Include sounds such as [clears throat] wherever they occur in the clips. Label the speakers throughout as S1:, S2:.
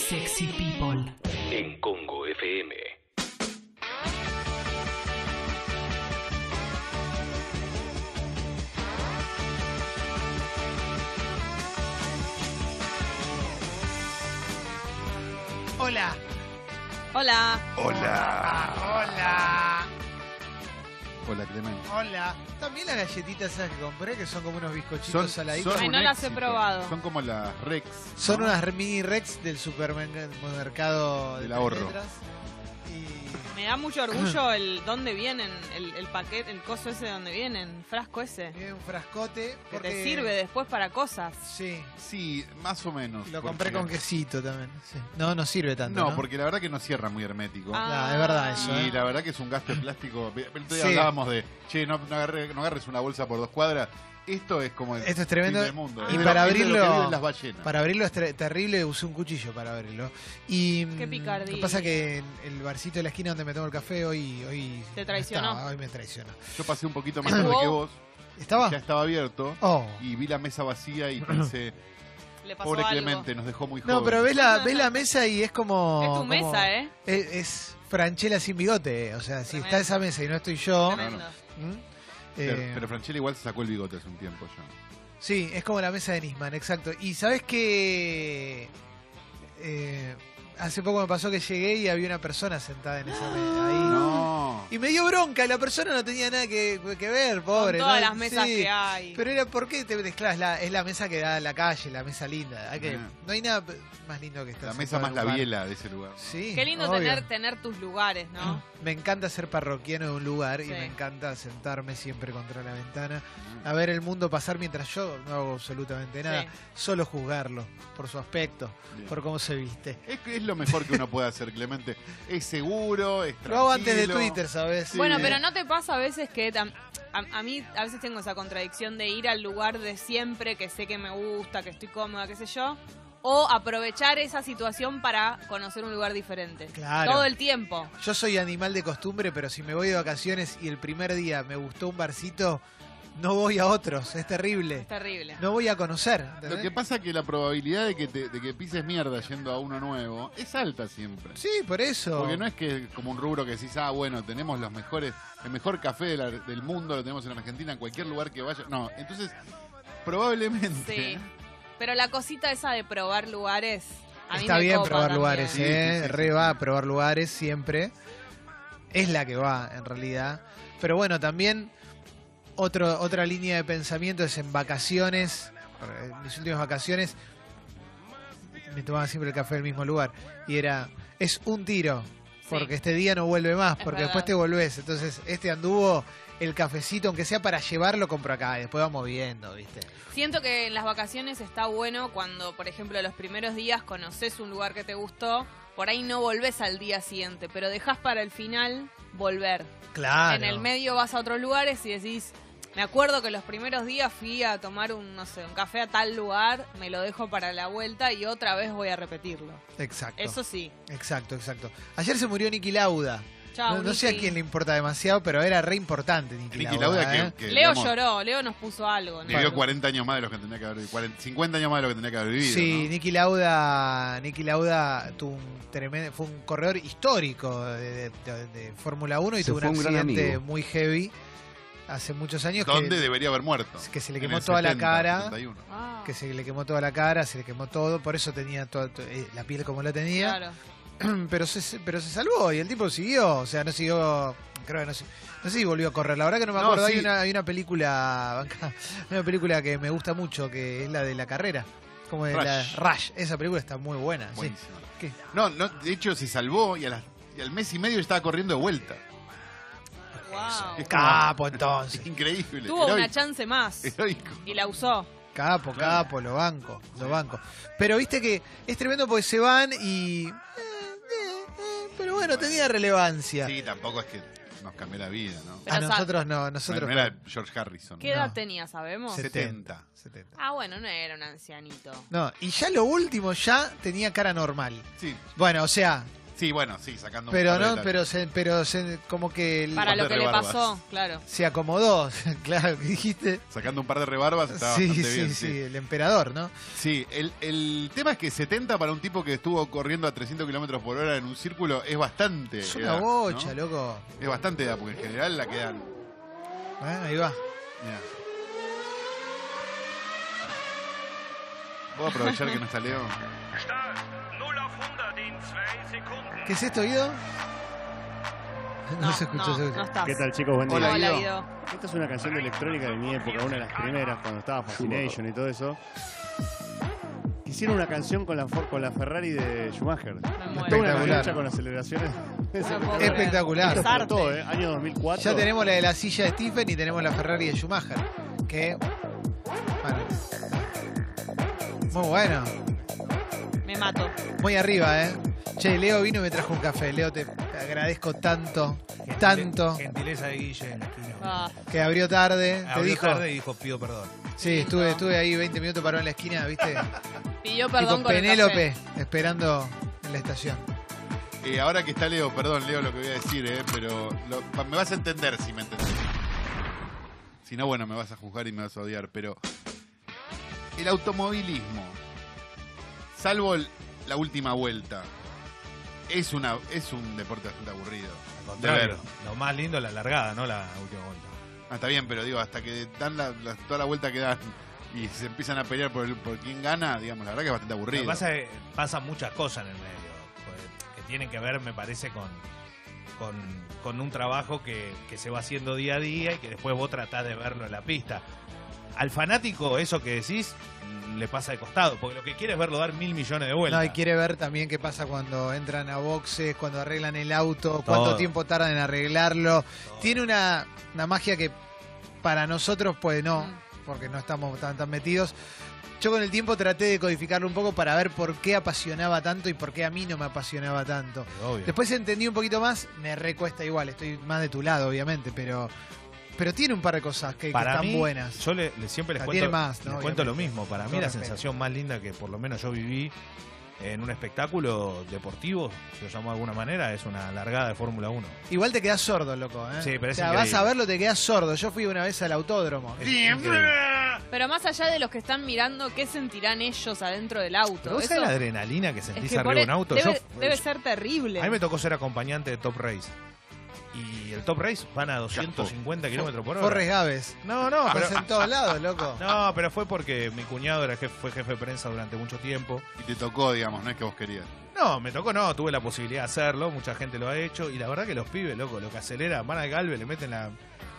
S1: Sexy People.
S2: en Congo FM.
S3: Hola.
S4: Hola.
S3: Hola. Hola.
S5: Hola, Clemente.
S3: Hola. También las galletitas esas que compré, que son como unos bizcochitos saladitos.
S4: Ay,
S3: Son,
S4: no
S5: un
S4: las he
S5: éxito.
S4: probado.
S5: Son como las Rex. ¿no?
S3: unas mini Rex del supermercado de
S5: Del
S3: tres
S5: ahorro.
S3: letras. Y
S4: Me
S3: [clears throat]
S4: da mucho orgullo el dónde vienen, el, el paquete, el coso ese de donde vienen, el frasco ese.
S3: tiene un frascote.
S4: Que
S3: Porque
S4: te sirve después para cosas.
S3: Sí.
S5: Sí, más o menos.
S3: Lo
S5: porque-
S3: compré con quesito también. sí. No, no sirve tanto.
S5: No, porque la verdad que no cierra muy hermético.
S4: Ah,
S3: No, es verdad eso.
S5: Y
S3: ¿eh?
S5: la verdad que es un gasto de plástico. El otro día
S3: Sí.
S5: hablábamos de, che, no, no agarre- no agarres una bolsa por dos cuadras. Esto es como el
S3: Esto es tremendo.
S5: fin del mundo.
S3: Y
S5: Es de
S3: para
S5: lo- es de lo que
S3: abrirlo-
S5: viven las ballenas.
S3: Para abrirlo es tre- terrible, usé un cuchillo para abrirlo. Y
S4: Qué
S3: mm,
S4: picardía.
S3: pasa que en el barcito de la esquina donde me tomo el café hoy hoy
S4: Te
S3: no
S4: traicionó.
S3: estaba, hoy me traicionó.
S5: Yo pasé un poquito más tarde que
S4: Wow.
S5: vos.
S3: Oh, ¿Estaba?
S5: Ya estaba abierto.
S3: Oh.
S5: Y vi la mesa vacía y pensé,
S4: Le [clears throat] pasó
S5: pobre
S4: algo.
S5: Clemente, nos dejó muy joven.
S3: No, pero ves la, ves la mesa y es como.
S4: Es tu
S3: como-
S4: mesa, ¿eh?
S3: Es, es Franchella sin bigote. eh. O sea, si
S4: Tremendo.
S3: está esa mesa y no estoy yo.
S4: Tremendo.
S3: ¿Mm?
S5: Pero,
S3: Eh,
S5: pero Franchella igual se sacó el bigote hace un tiempo ya.
S3: sí, es como la mesa de Nisman, exacto. Y sabes que. eh, hace poco me pasó que llegué y había una persona sentada en esa mesa. Ahí.
S5: No.
S3: Y me dio bronca, la persona no tenía nada que, que ver, pobre.
S4: Con todas
S3: ¿no?
S4: las mesas
S3: Sí.
S4: que hay.
S3: Pero era porque te mezclas, la, es la mesa que da a la calle, la mesa linda. Hay que-
S5: Ah.
S3: No hay nada más lindo que estar
S5: La mesa
S3: sentado en
S5: más
S3: un bar.
S5: labiela de ese lugar.
S3: Sí,
S4: Qué lindo
S3: obvio.
S4: tener, tener tus lugares, ¿no?
S3: [clears throat] Me encanta ser parroquiano de un lugar y
S4: Sí.
S3: me encanta sentarme siempre contra la ventana
S5: Mm.
S3: a ver el mundo pasar mientras yo no hago absolutamente nada,
S4: Sí.
S3: solo juzgarlo por su aspecto,
S5: Bien.
S3: por cómo se viste.
S5: Es, que es lo mejor que uno puede hacer, Clemente. Es seguro, es tranquilo.
S3: Lo hago antes de Twitter, ¿sabes?
S5: Sí.
S4: Bueno, pero ¿no te pasa a veces que tam- a, a mí a veces tengo esa contradicción de ir al lugar de siempre que sé que me gusta, que estoy cómoda, qué sé yo, o aprovechar esa situación para conocer un lugar diferente?
S3: Claro.
S4: Todo el tiempo.
S3: Yo soy animal de costumbre, pero si me voy de vacaciones y el primer día me gustó un barcito, no voy a otros, es terrible.
S4: Es terrible.
S3: No voy a conocer.
S5: Lo
S3: ¿entendés?
S5: que pasa es que la probabilidad de que, te- de que pises mierda yendo a uno nuevo es alta siempre.
S3: Sí, por eso.
S5: Porque no es que es como un rubro que decís, ah, bueno, tenemos los mejores, el mejor café de la- del mundo, lo tenemos en Argentina, en cualquier lugar que vaya. No, entonces, probablemente. [laughs]
S4: Sí. Pero la cosita esa de probar lugares. A mí
S3: Está
S4: me
S3: bien
S4: copa
S3: probar
S4: también.
S3: lugares,
S5: Sí,
S3: ¿eh?
S5: sí, sí,
S3: Re
S5: sí.
S3: va a probar lugares siempre. Es la que va, en realidad. Pero bueno, también otro, otra línea de pensamiento es en vacaciones. En mis últimas vacaciones me tomaba siempre el café del mismo lugar. Y era, es un tiro,
S4: Sí.
S3: porque este día no vuelve más,
S4: Es
S3: porque
S4: verdad.
S3: después te volvés. Entonces, este anduvo, el cafecito, aunque sea para llevarlo, compro acá. Y después vamos viendo, ¿viste?
S4: Siento que en las vacaciones está bueno cuando, por ejemplo, los primeros días conoces un lugar que te gustó, por ahí no volvés al día siguiente, pero dejás para el final volver.
S3: Claro.
S4: En el medio vas a otros lugares y decís, me acuerdo que los primeros días fui a tomar un, no sé, un café a tal lugar, me lo dejo para la vuelta y otra vez voy a repetirlo.
S3: Exacto.
S4: Eso sí.
S3: Exacto, exacto. Ayer se murió Niki Lauda.
S4: Chao.
S3: no, no sé a
S4: Nicky.
S3: quién le importa demasiado, pero era re importante Niki
S5: Niki
S3: Lauda.
S5: Lauda,
S3: ¿eh?
S5: que, que,
S4: Leo
S5: digamos,
S4: lloró, Leo nos puso algo. ¿no?
S5: Vivió 40 años más de los que tenía que haber vivido. 40, 50 años más de lo que tenía que haber vivido.
S3: Sí,
S5: ¿no?
S3: Niki Lauda, Niki Lauda tuvo un tremendo, fue un corredor histórico de, de- de- de Fórmula 1 y
S6: Se
S3: tuvo un
S6: fue un gran
S3: accidente
S6: amigo.
S3: muy heavy hace muchos años que-
S5: ¿Dónde debería haber muerto?
S3: que se le
S5: En
S3: quemó
S5: el
S3: toda la
S5: 70,
S3: cara.
S5: 71.
S4: Ah,
S3: que se le quemó toda la cara, se le quemó todo, por eso tenía toda- to- eh, la piel como la tenía.
S4: claro.
S3: pero se, pero se salvó y el tipo siguió, o sea, no siguió, creo que no, sé- no sé si volvió a correr, la verdad que no me
S5: No,
S3: acuerdo, hay,
S5: sí.
S3: una, hay una película, banca, [laughs] hay una película que me gusta mucho, que es la de la carrera, como de la
S5: Rush.
S3: Rush, esa película está muy buena, sí.
S5: Buenísimo.
S3: ¿Qué?
S5: No, no, de hecho se salvó y, a las- y al mes y medio estaba corriendo de vuelta.
S4: Wow.
S5: Es
S3: Capo
S5: [laughs]
S3: entonces,
S5: Increíble.
S4: Tuvo una
S5: heroico,
S4: chance más
S5: heroico.
S4: y la usó.
S3: capo, capo, lo banco, lo banco. Pero viste que es tremendo porque se van y... eh, eh, eh, Pero bueno, tenía relevancia.
S5: Sí, tampoco es que nos cambió la vida, ¿no?
S4: Pero
S3: A
S4: sa-
S3: nosotros no, nosotros...
S5: No era George Harrison.
S4: ¿Qué
S3: No.
S4: edad tenía, sabemos?
S3: Sí.
S5: 70.
S3: 70.
S4: Ah, bueno, no era un ancianito.
S3: No, y ya lo último ya tenía cara normal.
S5: Sí.
S3: Bueno, o sea,
S5: Sí, bueno, sí, sacando un
S3: Pero
S5: par de
S3: no,
S5: detalles.
S3: pero, se, pero se- como que el-
S4: Para lo que le
S5: Bastante barbas.
S4: pasó, claro.
S3: se acomodó, [laughs] claro, que dijiste.
S5: Sacando un par de rebarbas estaba
S3: Sí,
S5: bastante
S3: sí,
S5: bien.
S3: sí, el emperador, ¿no?
S5: Sí, el, el tema es que 70 para un tipo que estuvo corriendo a 300 kilómetros por hora en un círculo es bastante.
S3: es
S5: edad,
S3: una
S5: ¿no?
S3: bocha, loco.
S5: Es bastante edad, porque en general la quedan.
S3: Ah, ahí va.
S5: mirá. ¿Puedo aprovechar que no está Leo?
S1: Start. 0 auf 100 in 2 Sekunden.
S3: ¿Qué es esto, Guido? [laughs] No,
S4: No,
S3: se escuchó.
S4: no,
S3: se
S4: no
S3: escuchó.
S4: estás.
S6: ¿Qué tal chicos? Buen día.
S5: Hola,
S4: Hola,
S5: Guido.
S4: Guido.
S6: Esta es una canción de electrónica de mi época, una de las primeras cuando estaba Fascination y todo eso. Hicieron una canción con la, Ford- con la Ferrari de Schumacher.
S4: muero.
S6: Toda una
S3: Espectacular.
S6: cancha con las celebraciones.
S4: No lo puedo creer.
S3: Espectacular.
S4: Es arte.
S6: Todo, ¿eh? Año 2004.
S3: Ya tenemos la de la silla de Stephen y tenemos la Ferrari de Schumacher. Que. Bueno. Muy bueno.
S4: Me mato.
S3: Muy arriba, ¿eh? Che, Leo vino y me trajo un café. Leo, te agradezco tanto,
S7: Gentile-
S3: tanto,
S7: Gentileza de Guille. Aquino.
S4: Ah,
S3: que abrió tarde. te
S7: Abrió
S3: dijo.
S7: tarde y dijo, pido perdón.
S3: Sí, estuve, estuve ahí 20 minutos parado en la esquina, ¿viste?
S4: pidió
S3: Tipo
S4: [laughs] perdón con el
S3: Penélope
S4: café.
S3: esperando en la estación.
S5: Eh, ahora que está Leo, perdón Leo lo que voy a decir, eh, pero lo- pa- me vas a entender si me entendés. Si no, bueno, me vas a juzgar y me vas a odiar, pero el automovilismo, salvo el- la última vuelta, es, una, es un deporte bastante aburrido.
S7: Al contrario,
S5: De
S7: lo más lindo es la largada, no la última vuelta.
S5: Ah, está bien, pero digo, hasta que dan la- la- toda la vuelta que dan y se empiezan a pelear por, el- por quién gana, digamos, la verdad que es bastante
S7: Lo
S5: aburrido.
S7: que pasa es que pasan muchas cosas en el medio, pues, que tienen que ver, me parece, con, con, con un trabajo que, que se va haciendo día a día y que después vos tratás de verlo en la pista. Al fanático, eso que decís, mm, le pasa de costado, porque lo que quiere es verlo dar mil millones de vueltas.
S3: No, y quiere ver también qué pasa cuando entran a boxes, cuando arreglan el auto, cuánto
S7: Todo.
S3: tiempo tardan en arreglarlo. Tiene una, una magia que para nosotros, pues no,
S4: Mm.
S3: porque no estamos tan, tan metidos. Yo con el tiempo traté de codificarlo un poco para ver por qué apasionaba tanto y por qué a mí no me apasionaba tanto.
S7: Obvio.
S3: Después entendí un poquito más, me recuesta igual, estoy más de tu lado, obviamente, pero, pero tiene un par de cosas que, que
S7: para
S3: están
S7: mí,
S3: buenas.
S7: Yo le- le- siempre les
S3: La
S7: cuento,
S3: tiene más,
S7: les
S3: ¿no?
S7: cuento
S3: Obviamente.
S7: lo mismo. Para mí
S3: Todo
S7: la
S3: respeto.
S7: sensación más linda que por lo menos yo viví en un espectáculo deportivo, si lo llamo de alguna manera, es una largada de Fórmula 1.
S3: Igual te quedas sordo, loco, ¿eh?
S7: Sí, pero es
S3: o sea, vas
S7: increíble.
S3: a verlo, te quedas sordo. Yo fui una vez al autódromo.
S7: Es increíble.
S4: Pero más allá de los que están mirando, ¿qué sentirán ellos adentro del auto?
S7: Pero vos
S4: Eso-
S7: sabés la adrenalina que
S4: es
S7: sentís
S4: que
S7: arriba
S4: pone-
S7: de un auto.
S4: debe,
S7: Yo-
S4: debe ser terrible.
S7: a mí me tocó ser acompañante de Top Race. Y el Top Race van a 250 kilómetros por hora.
S3: Forres Gaves.
S7: No, no, pero,
S3: Estás en
S7: [laughs]
S3: todos lados, loco.
S7: no, pero fue porque mi cuñado era jefe, fue jefe de prensa durante mucho tiempo.
S5: Y te tocó, digamos, no es que vos querías.
S7: No, me tocó, no, tuve la posibilidad de hacerlo, mucha gente lo ha hecho, y la verdad que los pibes, loco, lo que aceleran, van al galve, le meten la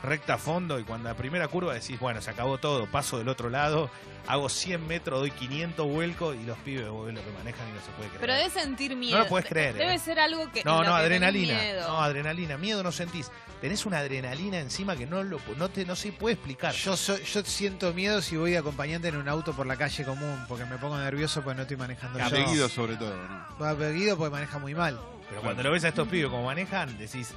S7: recta a fondo, y cuando la primera curva decís, bueno, se acabó todo, paso del otro lado, hago 100 metros, doy 500 vuelcos, y los pibes, vos ves lo que manejan y no se puede creer.
S4: Pero debe sentir miedo.
S7: lo puedes creer,
S4: Debe
S7: eh.
S4: ser algo que. en lo
S7: no, no,
S4: que tenés
S7: adrenalina.
S4: miedo.
S7: No, adrenalina. Miedo no sentís. Tenés una adrenalina encima que no lo no te no se puede explicar.
S3: Yo, soy- yo siento miedo si voy de acompañante en un auto por la calle común, porque me pongo nervioso porque no estoy manejando yo.
S5: Apellido sobre todo, ¿no?
S3: Va perdido porque maneja muy mal.
S7: Pero cuando lo ves a estos pibes como manejan, decís,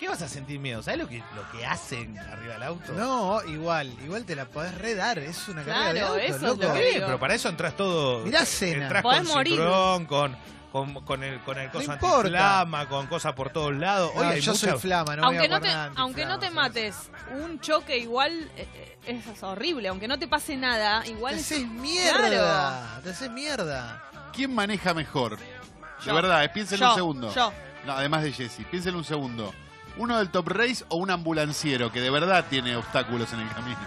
S7: ¿qué vas a sentir miedo? ¿Sabés lo que, lo que hacen arriba del auto?
S3: No, igual, igual te la podés redar, es una carrera
S4: Claro,
S3: de auto,
S4: eso es
S3: loco.
S4: lo que-
S7: Sí, pero para eso entras todo.
S3: Mirá cena.
S7: Entras
S4: Podés
S7: con
S4: morir.
S7: cinturón, con, con, con el con el coso
S3: importa.
S7: antiflama, con cosas por todos lados. Hoy
S3: No,
S7: hay
S3: yo
S7: mucha-
S3: soy flama, no me
S4: aunque,
S3: voy a
S4: no te,
S3: guardar
S4: aunque no te
S3: antiflama, ¿sabes?
S4: mates, un choque igual eh, eh, es horrible. Aunque no te pase nada, igual.
S3: Te
S4: es-
S3: haces mierda, te haces mierda.
S5: ¿Quién maneja mejor?
S4: Yo.
S5: De verdad, eh, piénsenlo
S4: Yo,
S5: un segundo.
S4: yo.
S5: No, además de Jesse, piénsenlo un segundo. ¿Uno del top race o un ambulanciero que de verdad tiene obstáculos en el camino?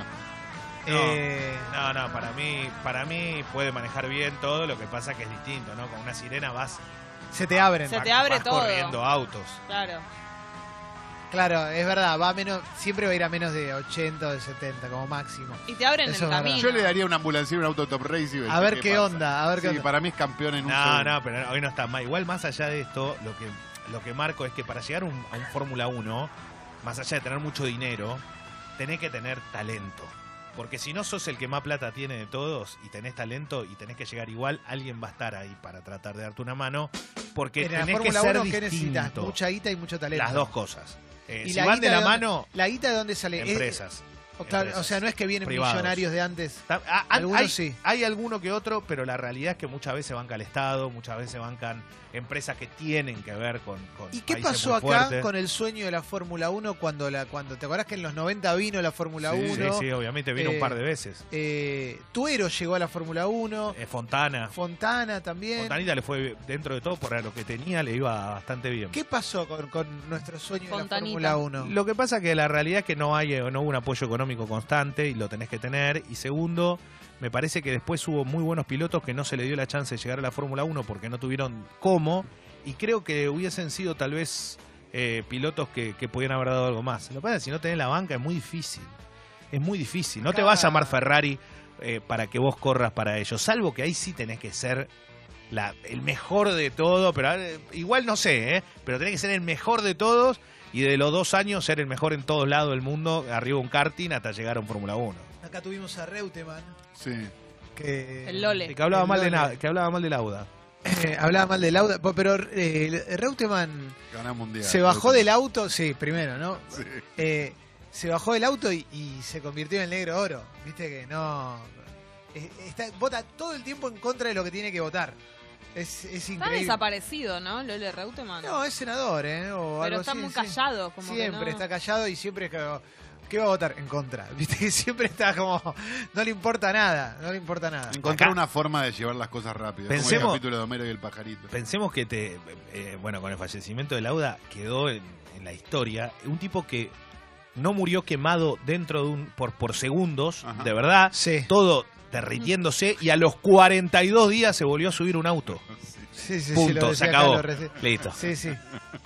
S7: No.
S3: Eh,
S7: No, no, para mí, para mí puede manejar bien todo, lo que pasa que es distinto, ¿no? Con una sirena vas,
S3: se te abren.
S4: Se
S7: vas-
S4: te abre
S7: vas
S4: todo.
S7: corriendo autos.
S4: Claro.
S3: Claro, es verdad, va a menos, siempre va a ir a menos de 80 o de 70 como máximo.
S4: Y te abren
S3: Eso
S4: el
S3: es verdad.
S4: camino.
S5: Yo le daría un ambulanciero a un auto top race y vería
S3: A ver qué
S5: pasa.
S3: onda, a ver qué
S5: Sí,
S3: onda.
S5: para mí es campeón en un
S7: No,
S5: segundo.
S7: no, pero hoy no está mal. Igual más allá de esto, lo que, lo que marco es que para llegar un- a un Fórmula 1, más allá de tener mucho dinero, tenés que tener talento. Porque si no sos el que más plata tiene de todos y tenés talento y tenés que llegar igual, alguien va a estar ahí para tratar de darte una mano. Porque
S3: en la
S7: tenés que
S3: Fórmula
S7: ser
S3: 1 que necesitas
S7: distinto.
S3: mucha guita y mucho talento.
S7: Las dos cosas. Eh,
S3: ¿Y
S7: si
S3: la
S7: van de
S3: guita
S7: la
S3: de dónde-
S7: mano,
S3: La guita de eh, dónde sale. Es-
S7: empresas.
S3: O, claro, o sea, no es que vienen
S7: Privados.
S3: millonarios de antes.
S7: Ta- a- a-
S3: Algunos
S7: hay,
S3: sí.
S7: hay alguno que otro, pero la realidad es que muchas veces banca el Estado, muchas veces bancan empresas que tienen que ver con. con
S3: ¿Y qué
S7: países
S3: pasó
S7: muy
S3: acá
S7: fuertes.
S3: con el sueño de la Fórmula 1 cuando la cuando te acordás que en los 90 vino la Fórmula
S5: Sí,
S3: 1?
S7: Sí, sí, obviamente, vino
S3: Eh,
S7: un par de veces.
S3: Eh, Tuero llegó a la Fórmula 1,
S7: Eh, Fontana.
S3: Fontana también.
S7: Fontanita le fue, dentro de todo, por lo que tenía, le iba bastante bien.
S3: ¿Qué pasó con, con nuestro sueño de
S4: Fontanita.
S3: la Fórmula 1?
S7: Lo que pasa que la realidad es que no hay eh, no hubo un apoyo económico constante y lo tenés que tener. Y segundo, me parece que después hubo muy buenos pilotos que no se le dio la chance de llegar a la Fórmula 1 porque no tuvieron cómo. Y creo que hubiesen sido tal vez eh, pilotos que, que podían haber dado algo más. Lo que pasa es que si no tenés la banca es muy difícil. Es muy difícil. No te
S3: Acá-
S7: va a llamar Ferrari eh, para que vos corras para ellos. Salvo que ahí sí tenés que ser la- el mejor de todo, pero eh, igual no sé, ¿eh? pero tenés que ser el mejor de todos y de los dos años ser el mejor en todos lados del mundo, arriba un karting hasta llegar a un Fórmula 1.
S3: Acá tuvimos a Reutemann,
S5: Sí.
S3: que
S4: El Lole.
S7: Que hablaba,
S3: El
S7: mal de
S3: Lole.
S7: na- que hablaba mal de Lauda.
S3: eh, hablaba mal del auto, po- pero eh, Reutemann
S5: Ganá mundial.
S3: se bajó del auto, sí, primero, ¿no?
S5: Sí.
S3: Eh, se bajó del auto y, y se convirtió en negro oro. Viste que no... es- está- vota todo el tiempo en contra de lo que tiene que votar. Es, es
S4: Está
S3: increíble.
S4: desaparecido, ¿no? Lole Reutemann.
S3: No, es senador, ¿eh? O
S4: Pero
S3: algo
S4: está
S3: así,
S4: muy
S3: sí.
S4: callado. Como que
S3: siempre
S4: no.
S3: está callado y siempre es como, ¿qué va a votar? En contra. [laughs] Viste que siempre está como, no le importa nada, no le importa nada.
S5: Encontré
S7: Acá.
S5: una forma de llevar las cosas rápido.
S7: Pensemos-
S5: Como el capítulo de Homero y el pajarito.
S7: Pensemos que te, eh, bueno, con el fallecimiento de Lauda quedó en, en la historia un tipo que no murió quemado dentro de un por, por segundos,
S5: Ajá.
S7: de verdad,
S3: Sí,
S7: todo derritiéndose y a los 42 días se volvió a subir un auto.
S5: Sí.
S3: sí, sí, sí,
S7: Punto,
S3: lo
S7: se
S3: decía acá,
S7: acabó.
S3: lo reci-
S7: Listo.
S3: Sí, sí.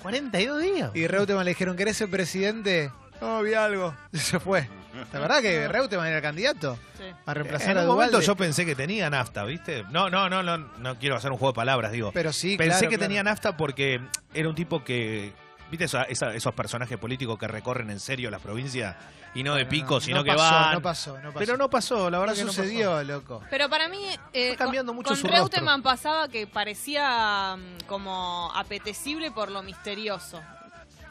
S7: 42 días.
S3: Y Reutemann le dijeron, ¿querés ser presidente? No, vi algo. Y se fue. La verdad que Reutemann era candidato
S4: Sí.
S3: a reemplazar
S7: En
S3: a
S7: un momento
S3: Duhalde.
S7: yo pensé que tenía nafta, ¿viste? No, no, no, no, no quiero hacer un juego de palabras, digo.
S3: Pero sí,
S7: Pensé
S3: claro,
S7: que
S3: claro.
S7: tenía nafta porque era un tipo que. ¿Viste esa- esa- esos personajes políticos que recorren en serio las provincias y no de
S3: No,
S7: pico,
S3: no,
S7: sino
S3: no
S7: que
S3: pasó,
S7: van?
S3: No pasó, no pasó.
S7: Pero no pasó, la
S3: No
S7: verdad que
S3: sucedió,
S7: no
S3: loco.
S4: Pero para mí, eh,
S7: Fue cambiando
S4: con-
S7: mucho
S4: con
S7: su
S4: Reutemann pasaba que parecía mm, como apetecible por lo misterioso.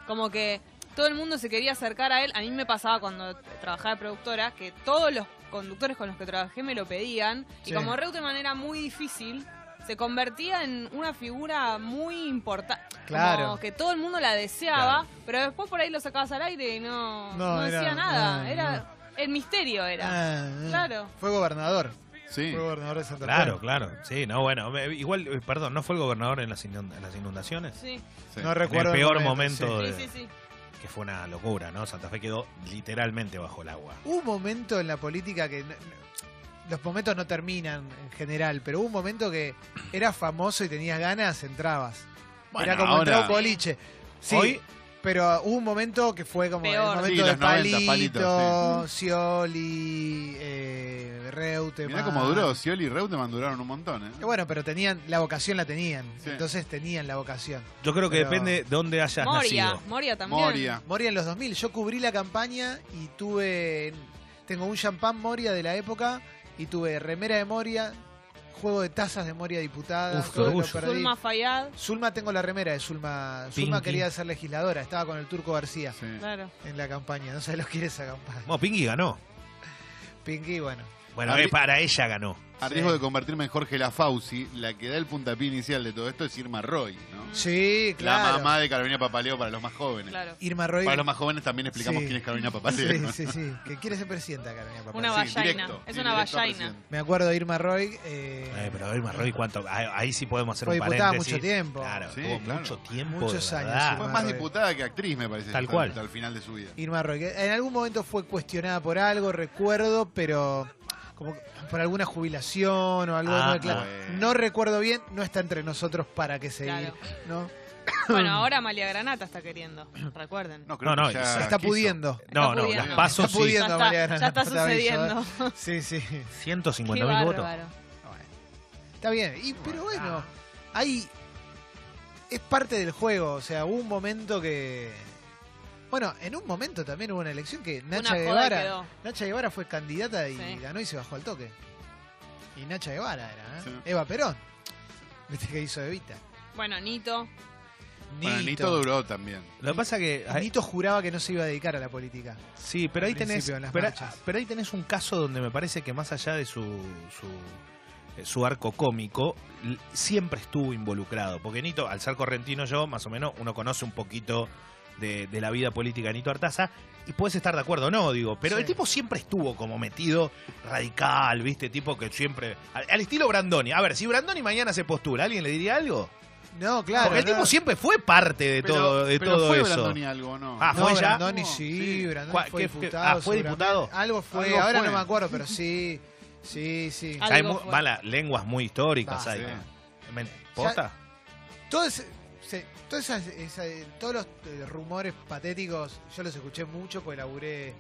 S4: Como que todo el mundo se quería acercar a él. A mí me pasaba cuando t- trabajaba de productora que todos los conductores con los que trabajé me lo pedían.
S3: Sí.
S4: Y como Reutemann era muy difícil, se convertía en una figura muy importante.
S3: Claro.
S4: Como que todo el mundo la deseaba, pero después por ahí lo sacabas al aire y no,
S3: No,
S4: no decía
S3: era-
S4: nada.
S3: no,
S4: era El misterio era.
S3: Ah, ah.
S4: Claro.
S3: Fue gobernador.
S5: Sí.
S3: Fue gobernador de Santa Fe.
S7: Claro, claro. Sí, no, bueno. me- Igual, eh, perdón, ¿no fue el gobernador en las inund- en las inundaciones?
S4: Sí,
S5: sí.
S3: No recuerdo.
S7: En el peor
S3: sí.
S7: momento.
S4: sí,
S7: de-
S4: sí, sí.
S7: Que fue una locura, ¿no? Santa Fe quedó literalmente bajo el agua.
S3: Hubo un momento en la política que. no- no- los momentos no terminan en general, pero hubo un momento que eras famoso y tenías ganas, entrabas.
S5: Bueno,
S3: Era como entrar a un
S5: ahora-
S3: boliche. Sí,
S7: Hoy,
S3: pero hubo un momento que fue como
S4: Peor.
S3: el momento
S5: Sí,
S3: de
S5: los 90,
S3: Palito,
S5: Palito,
S3: Scioli, eh, Reutemann.
S5: Mirá cómo duró. Scioli y Reutemann duraron un montón, ¿eh?
S3: Eh, Bueno, pero tenían, la vocación la tenían.
S5: Sí.
S3: Entonces tenían la vocación.
S7: yo creo que
S3: Pero-
S7: depende de dónde hayas
S4: Moria,
S7: nacido.
S4: Moria también.
S5: Moria.
S3: Moria en los 2000. Yo cubrí la campaña y tuve. Tengo un champán Moria de la época y tuve remera de Moria, juego de tazas de Moria diputada.
S7: Uf, qué
S3: todo lo
S7: orgullo.
S3: perdí.
S4: Zulma Fayad.
S3: Zulma tengo la remera de Zulma. Zulma
S7: Pinky.
S3: quería ser legisladora, estaba con el turco García
S5: Sí.
S4: Claro.
S3: en la campaña. No sé lo que era esa campaña.
S7: Bueno, Pinky ganó.
S3: Pinky, bueno.
S7: Bueno,
S5: Abri-
S7: eh, para ella ganó.
S5: A riesgo de convertirme en Jorge Lafauci, la que da el puntapié inicial de todo esto es Irma Roy, ¿no?
S3: Sí,
S5: La
S3: claro.
S5: mamá de Carolina Papaleo para los más jóvenes.
S4: Claro.
S3: Irma Roy.
S5: Para los más jóvenes también explicamos
S3: Sí.
S5: quién es Carolina Papaleo.
S3: Sí, sí, sí. Que quiere ser presidenta, Carolina Papá.
S4: Una
S5: Sí,
S4: vallaina.
S5: directo,
S4: es
S5: sí,
S4: una
S5: directo a
S4: vallaina.
S5: presidente.
S3: Me acuerdo de Irma Roy. eh,
S7: Eh, pero Irma Roy, ¿cuánto? Ahí, ahí sí podemos hacer
S3: Fue
S7: un
S3: diputada
S7: paréntesis.
S3: mucho tiempo.
S7: Claro,
S5: Sí,
S7: tuvo
S5: claro.
S7: mucho tiempo.
S3: Muchos
S7: de
S3: años,
S7: verdad.
S5: Fue
S3: Irma
S5: más
S3: Roy.
S5: diputada que actriz, me parece.
S7: Tal
S5: hasta-
S7: cual.
S5: Hasta el final de su vida.
S3: Irma Roy, que en algún momento fue cuestionada por algo, recuerdo, pero como por alguna jubilación o algo
S7: Ah,
S3: no, claro,
S5: bueno.
S3: no recuerdo bien, no está entre nosotros para que se
S7: [laughs]
S4: Claro.
S3: ¿no?
S4: Bueno, ahora Amalia Granata está queriendo, [clears throat] recuerden.
S5: No, creo
S7: No, no,
S5: que ya
S7: se
S3: está
S5: quiso.
S3: pudiendo.
S7: Ah, No,
S4: Está
S7: no,
S4: pudiendo.
S7: las pasos
S3: Está
S7: sí.
S3: pudiendo.
S4: ya, está,
S3: Amalia Granata,
S4: ya está
S3: te aviso, ¿eh?
S4: sucediendo.
S3: Sí, sí.
S4: [laughs]
S7: 150
S4: Qué
S7: mil votos.
S4: bárbaro.
S3: Está bien. Y, pero bueno, hay es parte del juego, o sea, hubo un momento que bueno, en un momento también hubo una elección que Nacha
S4: joda
S3: Guevara,
S4: quedó.
S3: Nacha Guevara fue candidata y
S4: Sí.
S3: ganó y se bajó al toque. Y Nacha Guevara era, ¿eh?
S5: Sí.
S3: Eva Perón. ¿Viste que hizo Evita?
S4: Bueno, Nito.
S5: Bueno, Nito
S3: Nito.
S5: duró también.
S7: Lo que pasa que. ah,
S3: Nito juraba que no se iba a dedicar a la política.
S7: Sí, pero ahí
S3: al
S7: tenés.
S3: principio, en las
S7: Pero,
S3: marchas.
S7: pero ahí tenés un caso donde me parece que más allá de su. su eh, su arco cómico l- siempre estuvo involucrado. Porque Nito, al ser correntino yo, más o menos, uno conoce un poquito de, de la vida política de Nito Artaza y puedes estar de acuerdo o no, digo. Pero
S3: Sí.
S7: el tipo siempre estuvo como metido radical, ¿viste? Tipo que siempre. Al, al estilo Brandoni. A ver, si Brandoni mañana se postula, ¿alguien le diría algo?
S3: No, claro.
S7: Porque el tipo
S3: no.
S7: siempre fue parte de
S5: Pero-
S7: todo, de
S5: pero
S7: todo
S5: fue
S7: eso.
S5: Brandoni algo, ¿no?
S7: Ah,
S3: No,
S7: ¿fue ya?
S3: Brandoni sí,
S5: Sí.
S3: Brandoni
S7: ¿Cuál-
S3: fue
S7: qué- qué-
S3: diputado.
S7: ah, fue
S3: seguramente.
S7: diputado?
S3: Algo fue,
S5: Algo
S3: ahora
S5: fue.
S3: no me acuerdo, pero sí, sí, sí.
S4: Ah,
S7: Hay
S4: Algo
S7: mu-
S4: fue.
S7: malas lenguas muy históricas.
S3: Ah,
S7: hay.
S5: sí.
S7: ¿Me- ¿Posta?
S3: Todo ese- se- todo esas- esa- todos los eh, rumores patéticos yo los escuché mucho porque laburé.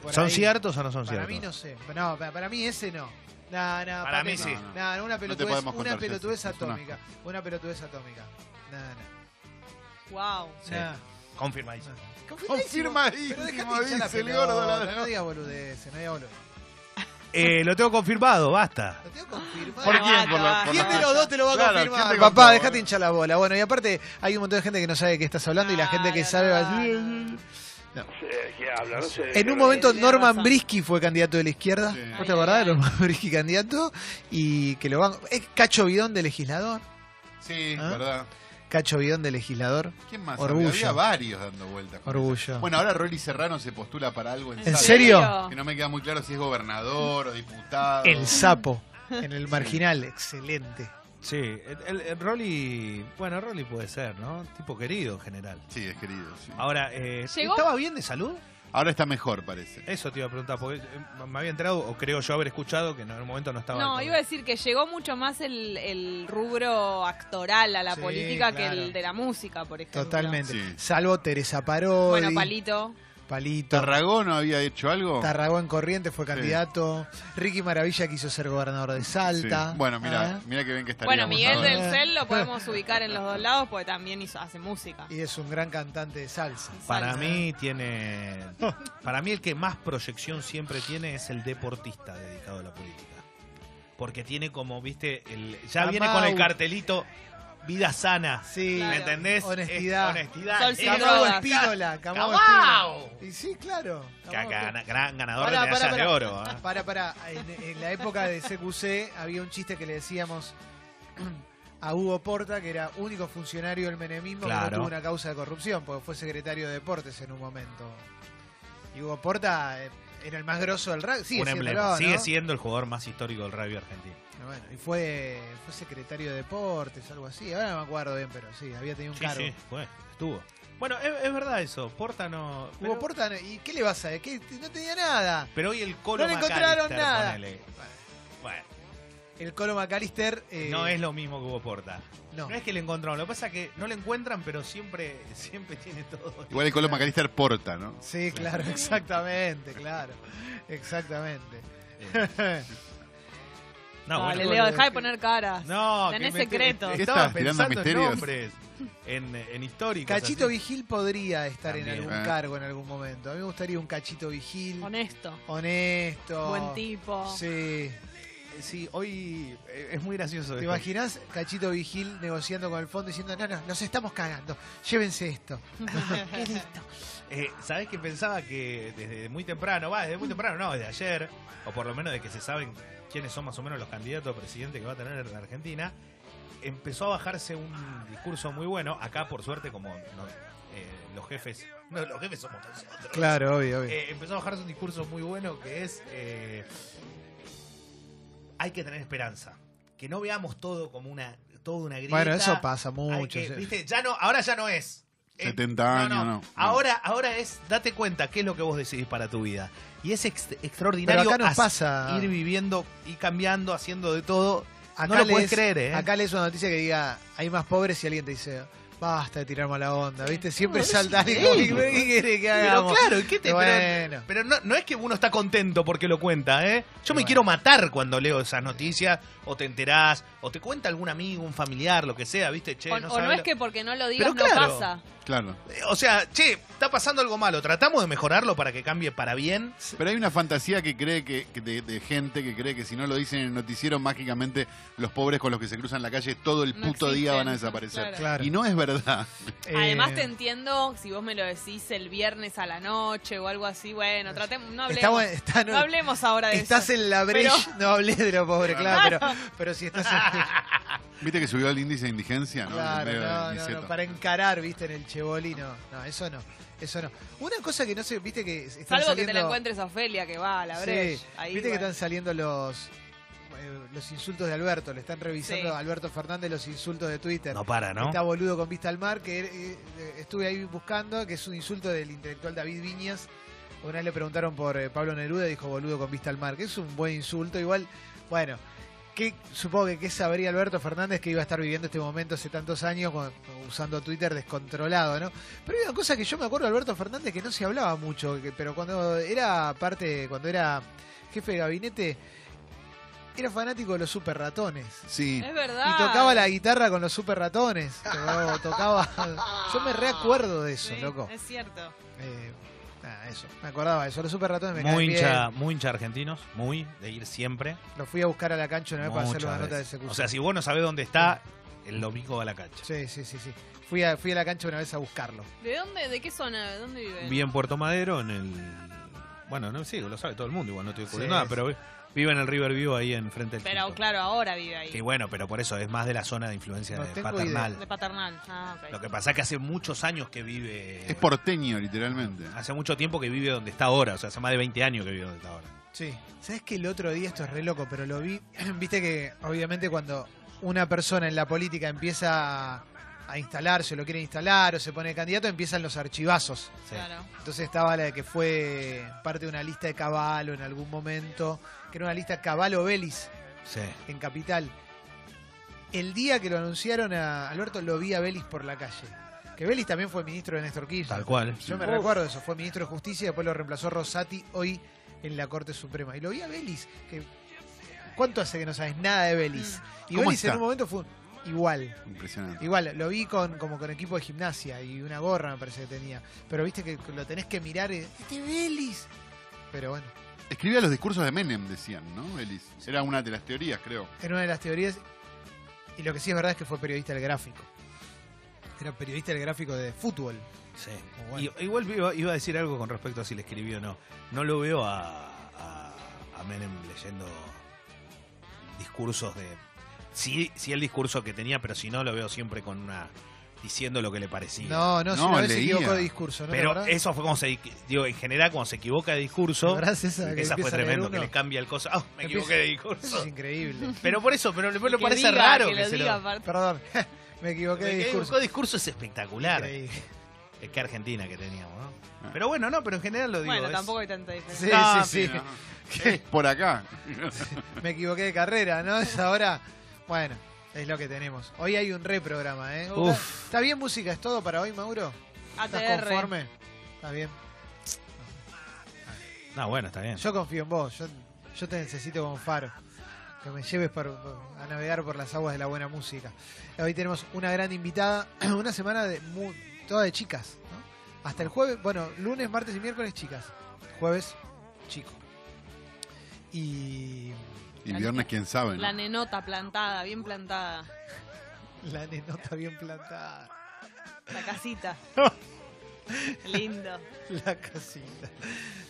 S3: por
S7: ¿Son
S3: ahí.
S7: ciertos o no son
S3: Para
S7: ciertos?
S3: mí no sé. No, pa- para mí ese no. No, no,
S7: Para mí
S3: patético.
S7: sí.
S3: No, no, una
S5: te
S3: pelotudez,
S5: podemos
S3: una
S5: contar,
S3: pelotudez
S5: Jessy, es una-
S3: atómica. Una pelotudez atómica. No, no.
S4: Wow.
S7: Sí.
S3: no.
S7: Confirmadísimo.
S5: Confirmadísimo,
S3: Pero déjate hinchar la
S5: dice el
S3: pelota,
S5: gordo, la-
S3: No digas boludeces, no digas boludeces.
S7: Eh, lo tengo confirmado, basta.
S3: Lo tengo confirmado.
S5: ¿Por
S4: Bueno,
S5: quién? Por la-
S4: basta,
S5: por
S3: ¿Quién
S5: la-
S3: de los dos te lo va a
S5: Claro, ¿quién
S3: confirmar?
S5: te
S3: Papá,
S5: confirma?
S3: dejate hinchar la bola. Bueno, y aparte hay un montón de gente que no sabe de qué estás hablando y la gente que
S4: Claro,
S3: sabe va a
S4: no,
S3: decir,
S4: no.
S2: ¿Qué habla? No sé.
S3: En un momento
S4: Tenés
S3: Norman
S4: razón.
S3: Brisky fue candidato de la izquierda.
S5: Sí.
S3: ¿Vos
S4: Ay,
S3: te
S4: ay,
S3: acordás de
S4: ay.
S3: Norman [laughs] Brisky candidato? Y que lo van... Es Cacho Bidón de legislador.
S5: Sí,
S3: ¿Ah?
S5: verdad.
S3: Cacho Bidón de legislador.
S5: ¿Quién más?
S3: Orgullo.
S5: Había varios dando vueltas. con
S3: Orgullo.
S5: eso. Bueno, ahora Rolly Serrano se postula para algo en,
S3: ¿En
S5: Salta,
S3: serio?
S5: Que no me queda muy claro si es gobernador o diputado.
S3: El
S5: [laughs]
S3: sapo. En el marginal. Excelente.
S7: Sí, el, el- el Rolly. Bueno, Rolly puede ser, ¿no? Tipo querido en general.
S5: Sí, es querido. sí.
S3: Ah.
S7: Ahora, eh,
S4: ¿Llegó?
S7: ¿estaba bien de salud?
S5: Ahora está mejor, parece.
S7: Eso te iba a preguntar, porque eh, me había enterado, o creo yo haber escuchado que no, en un momento no estaba.
S4: No, iba a decir que llegó mucho más el, el rubro actoral a la
S3: Sí,
S4: política que
S3: claro.
S4: el de la música, por ejemplo.
S3: Totalmente.
S5: Sí.
S3: Salvo Teresa Parodi.
S4: Bueno, Palito.
S3: Palito.
S5: ¿Tarragón no había hecho algo?
S3: Tarragón Corrientes fue candidato. Ricky Maravilla quiso ser gobernador de Salta.
S5: Sí. Bueno, mira,
S3: Ah.
S5: mira que bien que estaría.
S4: Bueno, Miguel
S3: ahora.
S4: del
S3: [laughs]
S4: Cel lo podemos ubicar en los dos lados porque también hizo, hace música.
S3: Y es un gran cantante de salsa.
S7: Para
S4: Salsa.
S7: mí tiene. [laughs] Para mí el que más proyección siempre tiene es el deportista dedicado a la política. Porque tiene como, viste, el, ya
S3: Amau.
S7: viene con el cartelito vida sana.
S3: Sí.
S7: ¿Me
S4: Claro.
S7: entendés?
S3: Honestidad.
S7: Es honestidad.
S4: Sol sin
S7: Eso.
S3: Camau
S4: drogas.
S3: Espínola. Camau
S7: ¡Camau!
S3: Espínola. Y sí, claro.
S7: Ca-
S3: Camau
S7: gana- gran ganador
S3: Pará,
S7: de medallas
S3: pará,
S7: de
S3: pará.
S7: oro. ¿eh?
S3: Para, para, en, en la época de CQC había un chiste que le decíamos a Hugo Porta, que era único funcionario del menemismo que
S7: Claro.
S3: no tuvo una causa de corrupción, porque fue secretario de deportes en un momento. Y Hugo Porta eh, era el más grosso del rugby. Sigue
S7: Un
S3: siéndolo,
S7: emblema.
S3: ¿no?
S7: Sigue siendo el jugador más histórico del rugby argentino.
S3: Bueno, y fue, fue secretario de deportes, algo así. Ahora no me acuerdo bien, pero sí, había tenido un
S7: Sí,
S3: cargo.
S7: sí, fue, estuvo. Bueno, es, es verdad eso. Porta no.
S3: Hugo
S7: Pero,
S3: Porta, no- ¿y qué le vas a decir? Que No tenía nada.
S7: pero hoy el Colo
S3: No le encontraron
S7: McAllister,
S3: nada.
S7: ponele. Bueno,
S3: El Colo McAllister... eh,
S7: no es lo mismo que Hugo Porta.
S3: no.
S7: No es que le encontraron, lo que pasa es que no le encuentran, pero siempre, siempre tiene todo.
S5: Igual el Colo Macalister porta, ¿no?
S3: Sí, claro, [laughs] exactamente, claro. Exactamente.
S7: No,
S4: Dale,
S7: bueno,
S4: Leo,
S3: boludo,
S4: dejá de
S3: que-
S4: poner cara.
S7: no,
S4: tenés
S7: que me-
S4: secretos.
S5: ¿Qué
S7: Estaba
S5: estás, tirando
S7: pensando en
S5: misterios?
S7: nombres, en, en históricos.
S3: Cachito
S7: así.
S3: Vigil podría estar en
S7: También.
S3: algún
S5: Ah.
S3: cargo en algún momento. A mí me gustaría un Cachito Vigil.
S4: Honesto.
S3: Honesto.
S4: Buen tipo. [laughs]
S3: Sí. [laughs]
S7: Sí, hoy eh, es muy gracioso.
S3: ¿Te
S7: esto.
S3: imaginas Cachito Vigil negociando con el fondo diciendo, no, no, los estamos cagando, llévense esto?
S7: Eh, ¿Sabés que pensaba que desde muy temprano, va, desde muy temprano no, desde ayer, o por lo menos de que se saben quiénes son más o menos los candidatos a presidente que va a tener la Argentina, empezó a bajarse un discurso muy bueno, acá por suerte como no, eh, los jefes, no, los jefes somos nosotros.
S3: Claro, obvio, obvio.
S7: Eh, empezó a bajarse un discurso muy bueno que es eh, hay que tener esperanza. Que no veamos todo como una, todo una grieta.
S3: bueno, eso pasa
S7: Hay
S3: mucho.
S7: que-
S3: sí.
S7: ¿viste? Ya no, ahora ya no es. Eh,
S5: 70 años, no.
S7: Ahora, ahora es, date cuenta qué es lo que vos decidís para tu vida. Y es ex-
S3: Pero
S7: extraordinario
S3: acá nos
S7: as-
S3: pasa.
S7: ir viviendo y cambiando, haciendo de todo.
S3: Acá
S7: no lo podés
S3: lees-
S7: creer, ¿eh?
S3: Acá lees una noticia que diga, hay más pobres y alguien te dice, basta de tirar mala onda, ¿viste? Siempre
S7: No, no
S3: salta
S7: es
S3: alguien
S7: increíble.
S3: como, ¿qué querés que
S7: pero
S3: hagamos?
S7: claro, ¿y ¿qué te pero-
S3: bueno.
S7: Pero no, no es que uno está contento porque lo cuenta, ¿eh? Yo me
S3: Bueno.
S7: quiero matar cuando leo esas noticias, o te enterás, o te cuenta algún amigo, un familiar, lo que sea, ¿viste? Che,
S4: o o
S7: no
S4: no,
S7: sabés
S4: es
S7: lo-
S4: que porque no lo digas
S7: Pero claro.
S4: no pasa.
S5: Claro.
S7: Eh, O sea, che, está pasando algo malo, tratamos de mejorarlo para que cambie para bien.
S5: Pero hay una fantasía que cree que, que de, de gente que cree que si no lo dicen en el noticiero, mágicamente los pobres con los que se cruzan la calle todo el
S4: No
S5: puto día
S4: existen,
S5: van a desaparecer.
S4: claro.
S3: Claro.
S5: Y no es verdad. [laughs]
S4: Además
S3: Eh,
S4: te entiendo, si vos me lo decís el viernes a la noche o algo así, bueno, tratemos, no hablemos,
S3: está bu- está-
S4: no hablemos ahora de
S3: Estás
S4: eso.
S3: en la brecha.
S4: Pero-
S3: No hablé de lo
S4: [laughs]
S3: pobre, claro, pero, pero si estás
S5: [laughs]
S3: en.
S5: Viste que subió el índice de indigencia, ¿no?
S3: Claro,
S5: En el medio
S3: no,
S5: del
S3: no,
S5: Niceto.
S3: no, Para encarar, viste, en el chebolino. No, eso no. Eso no. Una cosa que no sé, viste que. están
S4: Salvo que te la
S3: eh, saliendo-
S4: encuentres a Ofelia que va a la
S3: Sí,
S4: brecha. Ahí,
S3: viste que
S4: bueno.
S3: están saliendo los. eh, Los insultos de Alberto, le están revisando
S4: Sí.
S3: a Alberto Fernández los insultos de Twitter.
S7: No para, ¿no?
S3: Está boludo con vista al mar, que eh, eh, estuve ahí buscando, que es un insulto del intelectual David Viñas. Una vez le preguntaron por eh, Pablo Neruda y dijo boludo con vista al mar, que es un buen insulto. Igual, bueno, ¿qué, supongo que qué sabría Alberto Fernández que iba a estar viviendo este momento hace tantos años con- usando Twitter descontrolado, ¿no? Pero hay una cosa que yo me acuerdo de Alberto Fernández que no se hablaba mucho, que- pero cuando era parte, cuando era jefe de gabinete, era fanático de los super ratones.
S5: Sí.
S4: Es verdad.
S3: Y tocaba la guitarra con los super ratones. Tocaba. tocaba- yo me reacuerdo de eso,
S4: Sí,
S3: loco.
S4: Es cierto.
S3: Eh, nada, eso. Me acordaba de eso. Los super ratones me caen
S7: Muy
S3: bien.
S7: hincha, muy hincha argentinos, muy de ir siempre.
S3: Los fui a buscar a la cancha una vez para hacer
S7: Muchas
S3: una nota de
S7: veces.
S3: ese curso.
S7: O sea, si vos no sabés dónde está, el domingo va a la cancha.
S3: Sí, sí, sí. sí. Fui, a, fui a la cancha una vez a buscarlo.
S4: ¿De dónde? ¿De qué zona? ¿De dónde vive?
S7: Vive en Puerto Madero, en el. Bueno, no sí, lo sabe todo el mundo, igual no estoy descubriendo
S3: Sí,
S7: nada,
S3: sí.
S7: pero vi- vive en el River View ahí enfrente del.
S4: Pero
S7: Quinto.
S4: claro, ahora vive
S7: Que
S4: ahí.
S7: bueno, pero por eso es más de la zona de influencia
S3: No
S7: de
S3: tengo
S7: paternal.
S4: De paternal. Ah, ok.
S7: Lo que pasa es que hace muchos años que vive.
S5: Es porteño, literalmente.
S7: Hace mucho tiempo que vive donde está ahora, o sea, hace más de 20 años que vive donde está ahora.
S3: Sí. ¿Sabes que el otro día esto es re loco, pero lo vi? [clears throat] Viste que obviamente cuando una persona en la política empieza a, a instalarse, o lo quiere instalar, o se pone candidato, empiezan los archivazos.
S7: Sí.
S4: Claro.
S3: Entonces estaba la de que fue parte de una lista de Caballo en algún momento, que era una lista Caballo Belis
S7: Sí.
S3: en Capital. El día que lo anunciaron a Alberto lo vi a Belis por la calle. Que Belis también fue ministro de Néstor Kirchner.
S7: Tal cual.
S3: Yo me recuerdo eso, fue ministro de Justicia y después lo reemplazó Rosati hoy en la Corte Suprema. Y lo vi a Belis, que ¿cuánto hace que no sabes nada de Belis? Y
S5: ¿Cómo
S3: Belis
S5: está?
S3: en un momento fue un- igual.
S5: Impresionante.
S3: Igual, lo vi con como con equipo de gimnasia y una gorra me parece que tenía. Pero viste que lo tenés que mirar y, este Belis. Pero bueno,
S5: Escribía los discursos de Menem, decían, ¿no, Elis? Era una de las teorías, creo.
S3: era una de las teorías. Y lo que sí es verdad es que fue periodista del gráfico. Era periodista del gráfico de fútbol.
S7: Sí.
S3: Muy bueno.
S7: Y- igual iba, iba a decir algo con respecto a si le escribí o no. No lo veo a, a- a Menem leyendo discursos de. Sí, sí, el discurso que tenía, pero si no, lo veo siempre con una. diciendo lo que le parecía.
S3: No, no, si
S5: No,
S3: una vez se
S5: leía.
S3: equivocó de discurso, ¿no?
S7: pero
S3: ¿Te acordás?
S7: eso fue como se. Digo, en general, cuando se equivoca de
S3: ¿Te
S7: discurso.
S3: acordás esa que empieza a
S7: Esa fue
S3: leer
S7: tremendo, que
S3: uno?
S7: le cambia el cosa. Ah, me
S3: Empieza-
S7: equivoqué de
S3: Eso
S7: discurso.
S3: es increíble.
S7: Pero por eso, pero le,
S4: Y
S7: le
S4: que
S7: parece
S4: diga,
S7: raro
S4: que,
S7: que,
S4: lo
S7: se
S4: diga.
S7: lo.
S4: aparte.
S3: Perdón, [laughs] me equivoqué de
S7: El
S3: discurso.
S7: discurso es espectacular.
S3: Increíble. [laughs]
S7: Es que Argentina que teníamos, ¿no?
S3: Ah.
S7: Pero bueno, no, pero en general lo digo.
S4: Bueno,
S7: es-
S4: tampoco hay tanta diferencia.
S3: Sí,
S7: No,
S3: sí, sí.
S5: Ah, Mira, [laughs] es por acá.
S3: Me equivoqué de carrera, ¿no? [laughs] Es ahora. Bueno, es lo que tenemos. Hoy hay un reprograma, ¿eh?
S7: Uf.
S3: ¿Está bien música? ¿Es todo para hoy, Mauro? ¿Estás
S4: ATR.
S3: conforme? Está bien.
S7: No, bueno, está bien.
S3: Yo confío en vos. Yo, yo te necesito como faro. Que me lleves por- por- a navegar por las aguas de la buena música. Hoy tenemos una gran invitada. [clears throat] Una semana de mu- toda de chicas, ¿no? Hasta el jueves. Bueno, lunes, martes y miércoles, chicas. Jueves, chico. Y.
S5: Y viernes, quién sabe. ¿no?
S4: La nenota plantada, bien plantada.
S3: La nenota bien plantada.
S4: La
S5: [laughs]
S4: casita. Lindo.
S3: [laughs] La casita.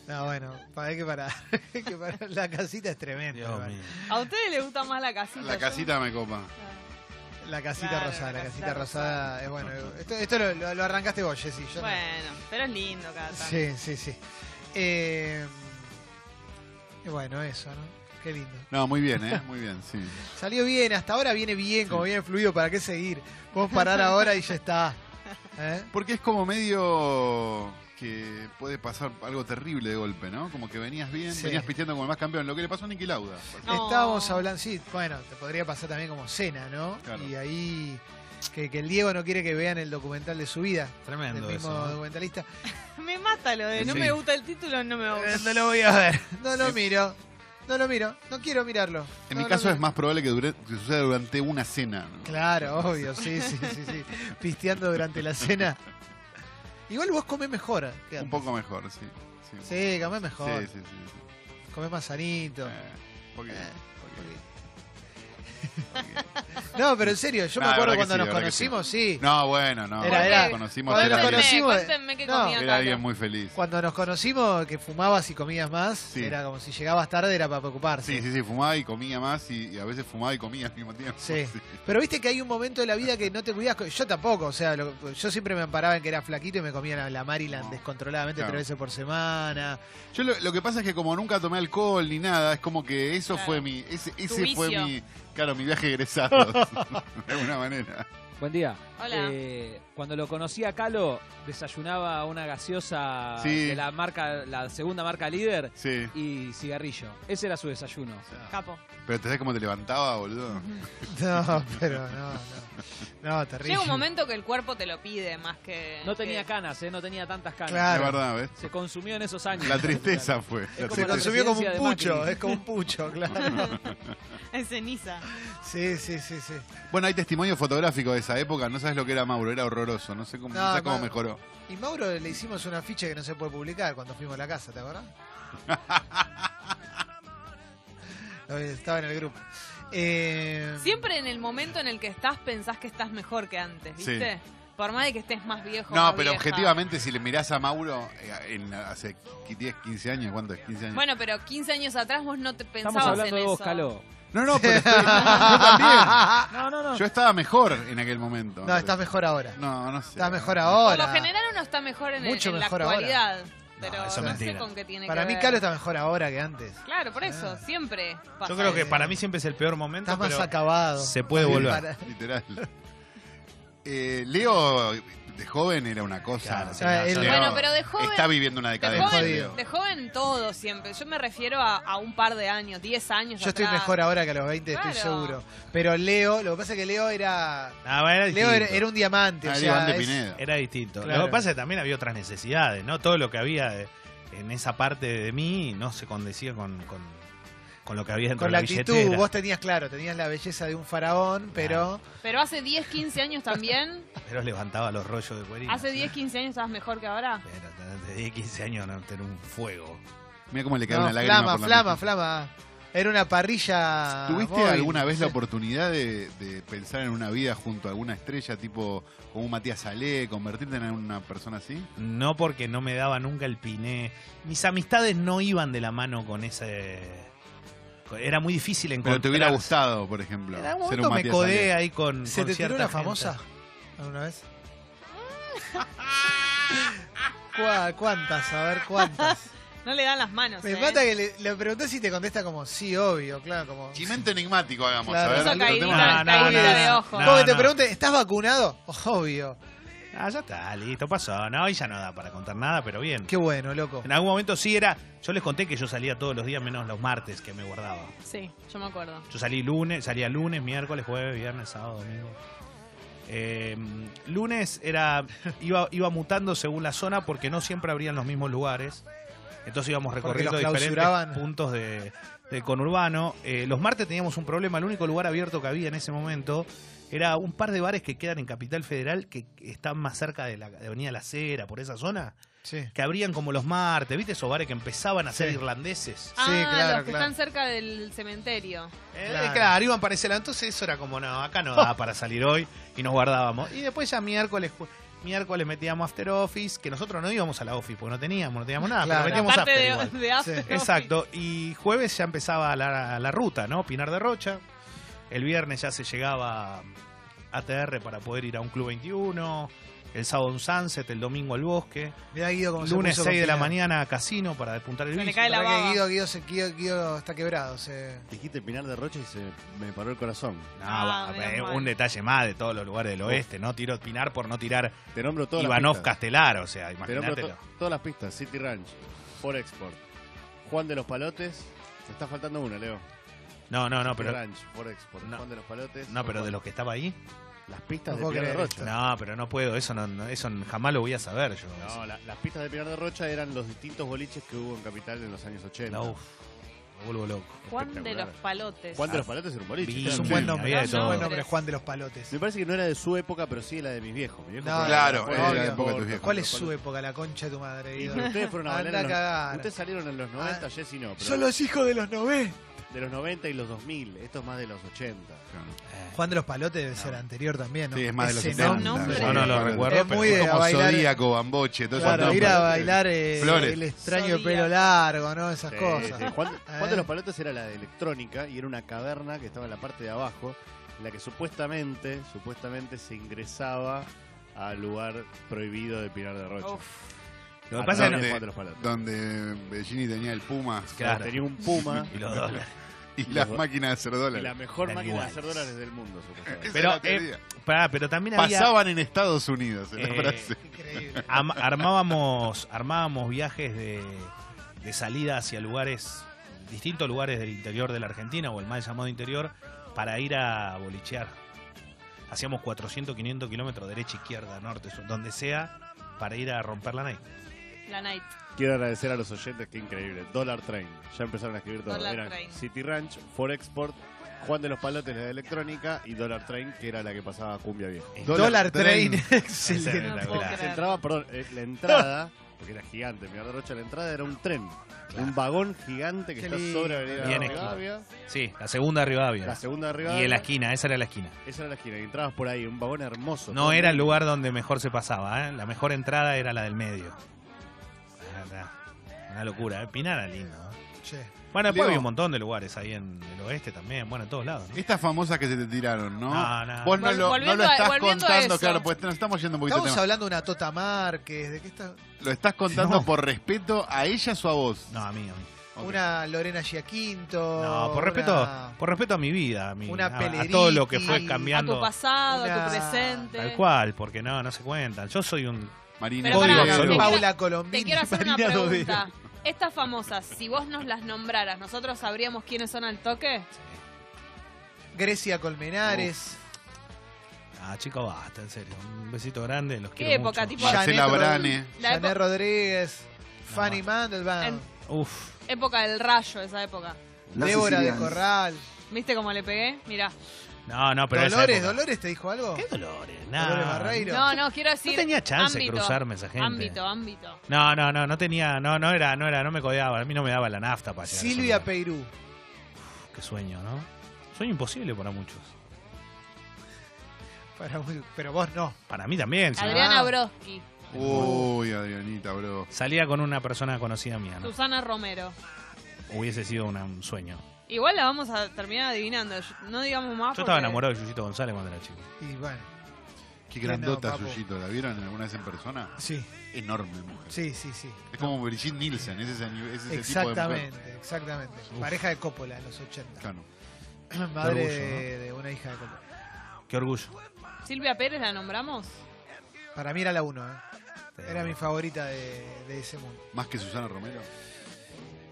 S3: No, bueno, para [laughs] hay que parar. Hay que parar. La casita es tremenda.
S7: Dios
S3: hermano.
S7: mío.
S4: ¿A ustedes les gusta más la casita?
S5: La
S4: Yo-
S5: casita me copa.
S3: La casita
S4: Claro,
S3: rosada, la
S4: la
S3: casita,
S4: casita
S3: rosada. Es bueno. Esto, esto lo, lo- lo arrancaste vos, Jessy. yo no.
S4: Bueno, pero es lindo cada tanto.
S3: Sí, sí, sí. Eh, y bueno, eso, ¿no? Qué lindo.
S5: No, muy bien, ¿eh? Muy bien, sí.
S3: Salió bien, hasta ahora viene bien, como viene fluido, ¿para qué seguir? Vos parar ahora y ya está. ¿Eh?
S5: Porque es como medio que puede pasar algo terrible de golpe, ¿no? Como que venías bien,
S3: Sí.
S5: venías pisteando como el más campeón. Lo que le pasó a Niki Lauda.
S4: No.
S3: Estábamos hablando, sí, bueno, te podría pasar también como cena, ¿no?
S5: Claro.
S3: Y ahí que, que el Diego no quiere que vean el documental de su vida, del
S7: Tremendo
S3: mismo
S5: ¿eh?
S7: eso. ¿eh? ¿no?
S3: documentalista.
S4: Me mata lo de no
S5: Sí.
S4: me gusta el título, no me gusta.
S3: Eh, No lo voy a ver. No lo miro. No lo miro. No quiero mirarlo.
S5: En
S3: No
S5: mi
S3: lo
S5: caso
S3: miro.
S5: es más probable que, dure- que suceda durante una cena. ¿no?
S3: Claro, obvio, sí, sí, sí,
S5: [laughs]
S3: sí. Pisteando durante la cena. Igual vos comés mejor. que
S5: Un
S3: antes.
S5: poco mejor, sí. Sí,
S3: Sí, comés
S5: sí, Eh.
S3: mejor.
S5: sí, sí, sí.
S3: Comés más sanito.
S5: Eh, porque-
S3: Eh,
S5: porque-
S3: porque- No, pero en serio, yo
S5: Nah,
S3: me acuerdo
S5: la verdad que
S3: cuando nos
S5: sí, la verdad que sí.
S3: conocimos, sí.
S5: No, bueno, no.
S3: Era- era-
S5: Nos conocimos,
S3: cuando
S5: era,
S3: nos
S4: Cuéntenme,
S5: alguien-
S3: conocimos-
S4: cuéntenme qué
S3: No,
S4: comían
S5: era alguien
S4: tanto.
S5: muy feliz.
S3: Cuando nos conocimos, que fumabas y comías más,
S5: Sí.
S3: era como si llegabas tarde, era para preocuparse.
S5: Sí, sí, sí, fumaba y comía más y, y a veces fumaba y comía al mismo tiempo. [laughs]
S3: Sí. Pero viste que hay un momento de la vida que no te cuidas. Yo tampoco, o sea, lo- yo siempre me amparaba en que era flaquito y me comía la, la Maryland descontroladamente
S5: Claro.
S3: tres veces por
S5: [laughs]
S3: semana.
S5: Yo lo, lo que pasa es que como nunca tomé alcohol ni nada, es como que eso
S4: Claro.
S5: fue mi... Ese, ese
S4: vicio.
S5: fue mi... Claro, mi
S3: [laughs]
S5: viaje egresado, [laughs] de alguna manera.
S8: Buen día.
S4: Hola.
S8: Eh, cuando lo conocí a Calo, desayunaba una gaseosa
S5: Sí.
S8: de la marca, la segunda marca líder
S5: Sí.
S8: y cigarrillo. Ese era su desayuno.
S4: Capo.
S5: Pero te sabes cómo te levantaba, boludo.
S3: No, pero no, no. No, terrible.
S4: Llega un momento que el cuerpo te lo pide más que.
S8: No
S4: que-
S8: tenía canas, eh, no tenía tantas canas.
S3: Claro.
S5: De verdad, ¿ves?
S8: Se consumió en esos años.
S5: La tristeza fue. la
S8: como
S3: Se
S8: la
S5: tristeza.
S3: consumió como un
S8: presidencia de
S3: pucho,
S8: Macri.
S3: es como un
S4: [laughs]
S3: pucho, claro.
S4: En ceniza.
S3: Sí, sí, sí, sí.
S5: Bueno, hay testimonio fotográfico de esa época. No sabes lo que era Mauro, era horroroso. No sé cómo,
S3: No,
S5: no sabes cómo
S3: no.
S5: mejoró.
S3: Y Mauro le hicimos una ficha que no se puede publicar cuando fuimos a la casa, ¿te
S5: [laughs]
S3: acordás? Lo- Estaba en el grupo. Eh,
S4: Siempre en el momento en el que estás pensás que estás mejor que antes, ¿viste? Por más de que estés más viejo.
S5: No,
S4: más
S5: pero
S4: vieja.
S5: objetivamente, si le mirás a Mauro eh, en- hace 10, 15 años, ¿cuánto es? 15 años.
S4: Bueno, pero 15 años atrás vos no te pensabas
S8: Estamos hablando
S4: en
S8: de vos,
S4: eso.
S8: Calo.
S5: No, no, pero estoy- yo también.
S8: No, no, no.
S5: Yo estaba mejor en aquel momento.
S3: No, estás mejor ahora.
S5: No, no sé.
S3: Estás mejor
S4: Por
S3: ahora.
S4: lo general uno está mejor en, el-
S3: Mucho
S4: en
S3: mejor
S4: la
S3: ahora.
S4: actualidad. Pero
S7: eso
S4: no,
S7: es
S4: sé
S7: mentira.
S4: con qué tiene
S3: Para
S4: que
S3: mí,
S4: ver.
S3: Calo está mejor ahora que antes.
S4: Claro, por eso,
S3: Ah.
S4: siempre pasa.
S7: Yo creo que
S3: eso.
S7: para mí siempre es el peor momento.
S3: Estás más
S7: pero
S3: acabado.
S7: se puede volver.
S3: Para-
S5: Literal. Eh, Leo, de joven, era una cosa.
S7: Claro, sí,
S3: Ah, él-
S7: no, yo
S4: Bueno,
S5: Leo
S4: pero de joven-
S5: Está viviendo una
S4: De
S5: decadencia. Leo.
S4: joven, de joven todo siempre. Yo me refiero a, a un par de años, 10 años
S3: Yo estoy
S4: atrás.
S3: mejor ahora que a los 20, estoy
S4: Claro.
S3: seguro. Pero Leo, lo que pasa es que Leo era.
S7: Ah, bueno, era
S3: Leo era,
S7: distinto.
S3: era un diamante. o
S5: Ah,
S3: sea,
S5: Iván de
S3: es-
S5: Pineda.
S7: Era distinto. Lo
S3: Claro.
S7: que pasa es que también había otras necesidades, ¿no? Todo lo que había de- en esa parte de mí no se condecía con, con, con lo que había dentro
S3: Con
S7: de
S3: la
S7: la,
S3: actitud,
S7: billetera.
S3: vos tenías claro, tenías la belleza de un faraón, pero.
S4: Pero hace 10, 15
S3: [laughs]
S4: años también.
S7: Pero levantaba los rollos de cuerina.
S4: ¿Hace 10, 15 años estabas mejor que ahora?
S7: Pero desde 10, 15 años no tener un fuego.
S5: Mira cómo le queda una
S3: No,
S5: lágrima.
S3: flama,
S5: por la
S3: flama,
S5: mejilla.
S3: flama. Era una parrilla.
S5: ¿Tuviste
S3: móvil.
S5: alguna vez la oportunidad de, de pensar en una vida junto a alguna estrella, tipo como un Matías Salé, convertirte en una persona así?
S7: No porque no me daba nunca el piné. Mis amistades no iban de la mano con ese... Era muy difícil encontrar...
S5: Pero te hubiera gustado, por ejemplo,
S3: En algún
S5: ser
S3: momento
S5: un
S3: me
S5: Matías
S3: codé
S5: Salé.
S7: ahí con
S3: ¿Se
S7: con
S3: te tiró
S7: cierta
S3: una
S7: gente.
S3: famosa alguna vez? [laughs] ¿Cuá- ¿Cuántas? A ver, ¿cuántas?
S4: No le dan las manos.
S3: Me
S4: ¿eh?
S3: encanta que le, le pregunté si te contesta como sí, obvio, claro, como.
S5: Chimente enigmático, hagamos.
S3: Claro.
S5: a ver,
S3: Eso
S5: algo que
S4: caída.
S5: tenemos-
S4: Caída de ojo.
S3: Como que te
S7: no.
S3: pregunte, ¿estás vacunado? Oh, Obvio.
S7: Ah, ya está, listo, pasó. No, hoy ya no da para contar nada, pero bien.
S3: Qué bueno, loco.
S7: En algún momento sí era. Yo les conté que yo salía todos los días menos los martes que me guardaba.
S4: Sí, yo me acuerdo.
S7: Yo salí lunes, salía lunes, miércoles, jueves, viernes, sábado, domingo. Eh, lunes era iba, iba mutando según la zona porque no siempre abrían los mismos lugares. Entonces íbamos
S3: Porque los
S7: recorriendo diferentes
S3: clausuraban.
S7: puntos de, del conurbano. Eh, los martes teníamos un problema. El único lugar abierto que había en ese momento era un par de bares que quedan en Capital Federal que están más cerca de la de Avenida La Cera, por esa zona
S3: Sí.
S7: que abrían como los martes, ¿viste? Esos bares que empezaban a ser
S3: Sí.
S7: irlandeses.
S4: Ah,
S3: claro,
S4: los que
S3: claro.
S4: están cerca del cementerio.
S7: Eh,
S3: Claro.
S7: claro. iban para ese lado. Entonces eso era como, no, acá no da para salir hoy y nos guardábamos. Y después ya miércoles, ju- miércoles metíamos After Office, que nosotros no íbamos a la Office porque no teníamos, no teníamos nada,
S3: Claro.
S7: pero metíamos
S4: Aparte
S7: After
S4: de, [laughs]
S7: igual.
S4: de After
S3: Sí.
S4: Office.
S7: Exacto, y jueves ya empezaba la, la ruta, ¿no? Pinar de Rocha. El viernes ya se llegaba a TR para poder ir a un Club 21. El sábado un sunset, el domingo al bosque.
S3: Mirá Guido como
S7: Lunes 6 de la mañana a casino para despuntar el
S4: Se le
S7: vicio.
S4: cae la baba.
S3: Guido, Guido, se- Guido, Guido está quebrado. se-
S6: Dijiste Pinar de Rocha y se me paró el corazón.
S7: No,
S4: Ah,
S7: bueno,
S4: menos
S7: eh,
S4: mal.
S7: un detalle más de todos los lugares del oeste, ¿no? Tiro Pinar por no tirar
S6: Te nombro todas
S7: Ivanov
S6: las pistas.
S7: Castelar, o sea,
S6: Te nombro to-
S7: imagínatelo.
S6: todas las pistas. City Ranch, For Export, Juan de los Palotes. Me está faltando una, Leo.
S7: No, no, no,
S6: City
S7: pero,
S6: Ranch, For Export,
S7: No.
S6: Juan de los Palotes.
S7: no, pero de los que estaba ahí.
S6: Las pistas
S3: No
S6: de
S3: puedo
S6: Pinar de
S3: creer
S6: Rocha.
S7: No, pero no puedo, eso no, no- eso jamás lo voy a saber yo.
S6: No, la- las pistas de Pinar de Rocha eran los distintos boliches que hubo en Capital en los años 80.
S7: No, uf. me vuelvo loco.
S4: Juan de los
S7: Espectacular.
S4: Palotes.
S6: Juan de los Palotes era un boliche.
S7: Bien.
S3: Es un
S5: Sí,
S3: buen
S7: había
S3: nombre,
S7: de
S3: es un
S7: todo.
S3: buen nombre, Juan de los Palotes.
S6: Me parece que no era de su época, pero sí era de mis viejos. Mis viejos
S3: No,
S6: fueron-
S5: claro,
S6: fueron
S3: era la
S6: a la
S5: época de
S6: porta,
S5: tus viejos.
S3: ¿Cuál es
S6: fueron
S3: su
S6: a-
S3: época, la concha de tu madre?
S6: Y
S3: Guido?
S6: Ustedes fueron a
S3: Anda
S6: bailar en
S3: a
S6: los-
S3: cagar. Ah,
S6: Ustedes salieron en los 90, Jessy no. Pero
S3: Son los hijos de los 90.
S6: De los 90 y los 2000. Esto es más de los 80.
S3: Juan de los Palotes debe ser anterior también, ¿no?
S5: Sí, es más de los
S3: Ese
S5: 70.
S4: nombre.
S7: Yo no lo recuerdo,
S3: Es muy
S5: Es
S3: de
S5: como
S3: bailar-
S5: Zodíaco, Bamboche, todo eso.
S3: Claro, ir a bailar eh,
S5: Flores.
S3: el extraño de
S4: Zodíaco.
S3: pelo largo, ¿no? Esas
S6: Sí,
S3: cosas.
S6: sí. Juan, Juan
S3: Eh.
S6: de los Palotes era la de electrónica y era una caverna que estaba en la parte de abajo, en la que supuestamente, supuestamente se ingresaba al lugar prohibido de Pinar de Rocha.
S4: Uf,
S7: Lo que
S6: Ah,
S7: pasa es
S6: no,
S7: que-
S6: Juan de los Palotes.
S5: Donde Bellini tenía el Puma
S7: [laughs] Claro.
S6: Tenía un
S7: [laughs]
S6: puma
S7: Y los dólares.
S5: y las máquinas de hacer
S6: y la
S5: dólares.
S6: mejor
S7: De
S6: máquina de hacer
S7: animales.
S6: dólares del mundo, supuestamente.
S5: Esa es la
S7: Pero,
S5: teoría.
S7: Pará, pero también había-
S5: Pasaban en Estados Unidos, en la
S7: Eh,
S5: frase.
S3: Increíble.
S7: am- armábamos, armábamos viajes de, de salida hacia lugares, distintos lugares del interior de la Argentina o el mal llamado interior, para ir a bolichear. Hacíamos 400, 500 kilómetros, derecha, izquierda, norte, sur, donde sea, para ir a romper la night.
S4: la night.
S6: Quiero agradecer a los oyentes, que increíble. Dollar Train. Ya empezaron a escribir todo.
S4: Dollar
S6: Eran
S4: Train.
S6: City Ranch, Forexport, Juan de los Palotes, la de electrónica, y Dollar Train, que era la que pasaba cumbia vieja.
S3: Dollar Train.
S7: [laughs] No
S3: Excelente.
S7: puedo
S4: puedo
S7: creer.
S6: Se entraba, perdón, eh,
S5: [laughs]
S6: la entrada, porque era gigante, mi Rocha, la entrada era un tren. Un vagón gigante que
S3: Qué
S6: está
S3: lindo.
S6: sobre Avenida
S7: Bien
S6: Rivadavia,
S7: Sí, la segunda de Rivadavia.
S6: la segunda de
S7: y
S6: Rivadavia.
S7: en la esquina, esa era la esquina.
S6: Esa era la esquina, y entrabas por ahí, un vagón hermoso.
S7: No era el lugar donde mejor se pasaba, ¿eh? La mejor entrada era la del medio. Ah, está. Una locura, ¿eh? Pinar era lindo. ¿eh?
S3: Che.
S7: Bueno,
S5: Leo.
S7: después había un montón de lugares ahí en el oeste también, bueno, en todos lados. ¿no?
S5: Estas famosas que se te tiraron, ¿no?
S7: No, no.
S5: Vos no
S4: Vol-
S5: lo, no
S4: volviendo
S5: lo
S4: a-
S5: estás
S4: volviendo a
S5: contando,
S4: eso.
S5: claro, pues nos estamos yendo un poquito de
S3: Estamos
S5: tema.
S3: hablando de una Tota Márquez, ¿de qué está?
S5: ¿Lo estás contando
S7: No.
S5: por respeto a ellas o a vos?
S7: No, a mí, a mí.
S5: Ok.
S3: Una Lorena Giaquinto.
S7: No, por
S3: una-
S7: respeto, por respeto a mi vida, a, mi-
S3: una
S7: a- a
S3: Pelleriti,
S7: todo lo que
S3: a
S7: fue
S3: tu
S4: A tu
S7: cambiando.
S4: pasado, a tu
S3: Una-
S4: presente.
S7: Tal cual, porque no, no se cuentan. Yo soy un...
S5: Marina
S4: Pero
S5: Código
S4: pará,
S5: Absoluto.
S4: te quiero-
S3: Paula Colombini.
S4: Te quiero hacer una
S3: Marina Rodríguez.
S4: pregunta. Estas famosas, si vos nos las nombraras, ¿nosotros sabríamos quiénes son al toque?
S3: Grecia Colmenares.
S7: Ah, chico, basta, en serio. Un besito grande, los
S4: ¿Qué
S7: quiero
S4: época,
S7: mucho.
S4: tipo?
S5: Marcela
S3: Janet
S5: Brane.
S4: La
S3: Janet
S4: época-
S3: Rodríguez. Fanny
S7: No.
S3: Mandelbaum.
S4: En-
S7: Uf,
S4: Época del rayo, esa época.
S3: Débora de Corral.
S4: ¿Viste cómo le pegué? Mirá.
S7: no, no, pero esa
S3: Dolores,
S7: época-
S3: Dolores, ¿te dijo algo?
S7: ¿Qué Dolores? Nah.
S3: Dolores Barreiro.
S4: No, no, quiero decir.
S7: No tenía chance
S4: ámbito,
S7: de cruzarme esa gente.
S4: Ámbito, ámbito.
S7: No, no, no, no tenía, no, no era, no era, no me codeaba, a mí no me daba la nafta para llegar a ese
S3: Silvia
S7: lugar.
S3: Peirú.
S7: Qué sueño, ¿no? Sueño imposible para muchos.
S3: Para muy- pero vos no.
S7: Para mí también. sí. Ah.
S4: Adriana Broski,
S5: Uy, Adrianita, bro.
S7: Salía con una persona conocida mía, ¿no?
S4: Susana Romero.
S7: Hubiese sido una- un sueño.
S4: Igual la vamos a terminar adivinando. No digamos más.
S7: Yo estaba
S4: Ah, porque-
S7: enamorado de Yuyito González cuando era chico.
S3: Y bueno,
S5: Qué
S3: No,
S5: grandota,
S3: papo.
S5: Yuyito. ¿La vieron alguna vez en persona?
S3: sí,
S5: Enorme, mujer.
S3: sí, sí, sí.
S5: Es como Brigitte Nielsen, es ese, nivel- es ese tipo de mujer.
S3: Exactamente, exactamente. Pareja de Coppola en los 80.
S5: Claro.
S3: Madre
S7: Qué orgullo,
S3: de, de una hija de Coppola.
S7: Qué orgullo.
S4: Silvia Pérez la nombramos.
S3: Para mí era la uno, ¿eh? Era mi favorita de, de ese mundo.
S5: Más que Susana Romero.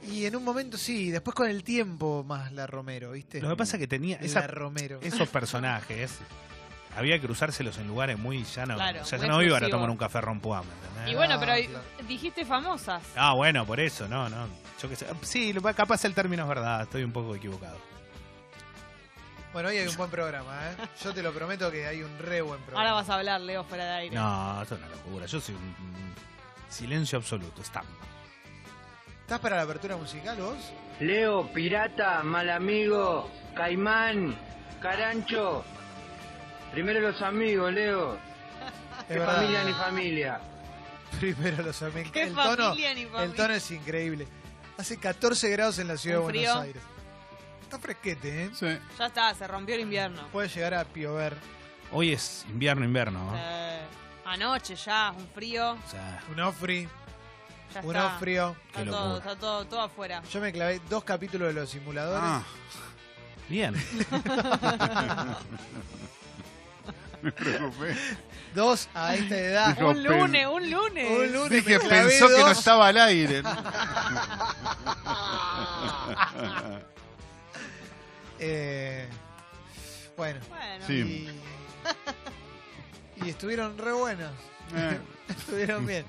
S3: Y en un momento sí, después con el tiempo más la Romero, ¿viste?
S7: Lo que pasa es que tenía
S3: la
S7: esa-
S3: Romero.
S7: esos personajes. Había que cruzárselos en lugares muy llanos.
S4: Claro,
S7: o sea,
S4: muy
S7: ya no iban a
S4: exclusivos.
S7: tomar un café rompuá, ¿me entendés?
S4: Y bueno,
S3: Ah,
S4: pero
S3: claro.
S4: dijiste famosas.
S7: Ah, bueno, por eso, no, no. Yo qué sé. Sí, lo- capaz el término es verdad, estoy un poco equivocado.
S3: Bueno, hoy hay un buen programa, ¿eh? Yo te lo prometo que hay un re buen programa.
S4: Ahora vas a hablar, Leo, fuera de aire.
S7: No, esto es una locura. Yo soy un un silencio absoluto, stamp.
S3: ¿Estás para la apertura musical vos?
S9: Leo, pirata, mal amigo, caimán, carancho. Primero los amigos, Leo.
S3: Es
S9: Qué familia
S3: verdad.
S9: ni familia.
S3: [laughs] Primero los amigos.
S4: Qué
S3: el tono,
S4: familia ni familia.
S3: El tono es increíble. Hace 14 grados en la ciudad de
S4: Un
S3: Buenos
S4: frío.
S3: Aires. Está fresquete, ¿eh?
S5: Sí.
S4: Ya está, se rompió el invierno.
S3: Puede llegar a piover.
S7: Hoy es invierno, invierno. ¿no?
S4: Eh, anoche ya, un frío.
S7: O sea,
S3: Un ofri,
S4: Ya
S3: un
S4: está.
S3: ofrio.
S4: Está
S7: Qué
S4: todo,
S7: locura.
S4: está todo, todo afuera.
S3: Yo me clavé dos capítulos de los simuladores.
S5: Ah,
S7: bien.
S5: me preocupé.
S3: Dos a esta
S7: [laughs]
S3: edad.
S5: Dijo,
S4: Un lunes,
S5: "Pen-
S4: un lunes.
S3: Un lunes
S5: Dije,
S3: me clavé
S5: pensó que
S3: dos.
S5: no estaba al aire.
S3: Eh, bueno.
S4: Bueno,
S5: Sí.
S3: Y, [laughs] y estuvieron re buenos.
S5: Eh, [laughs]
S3: Estuvieron bien.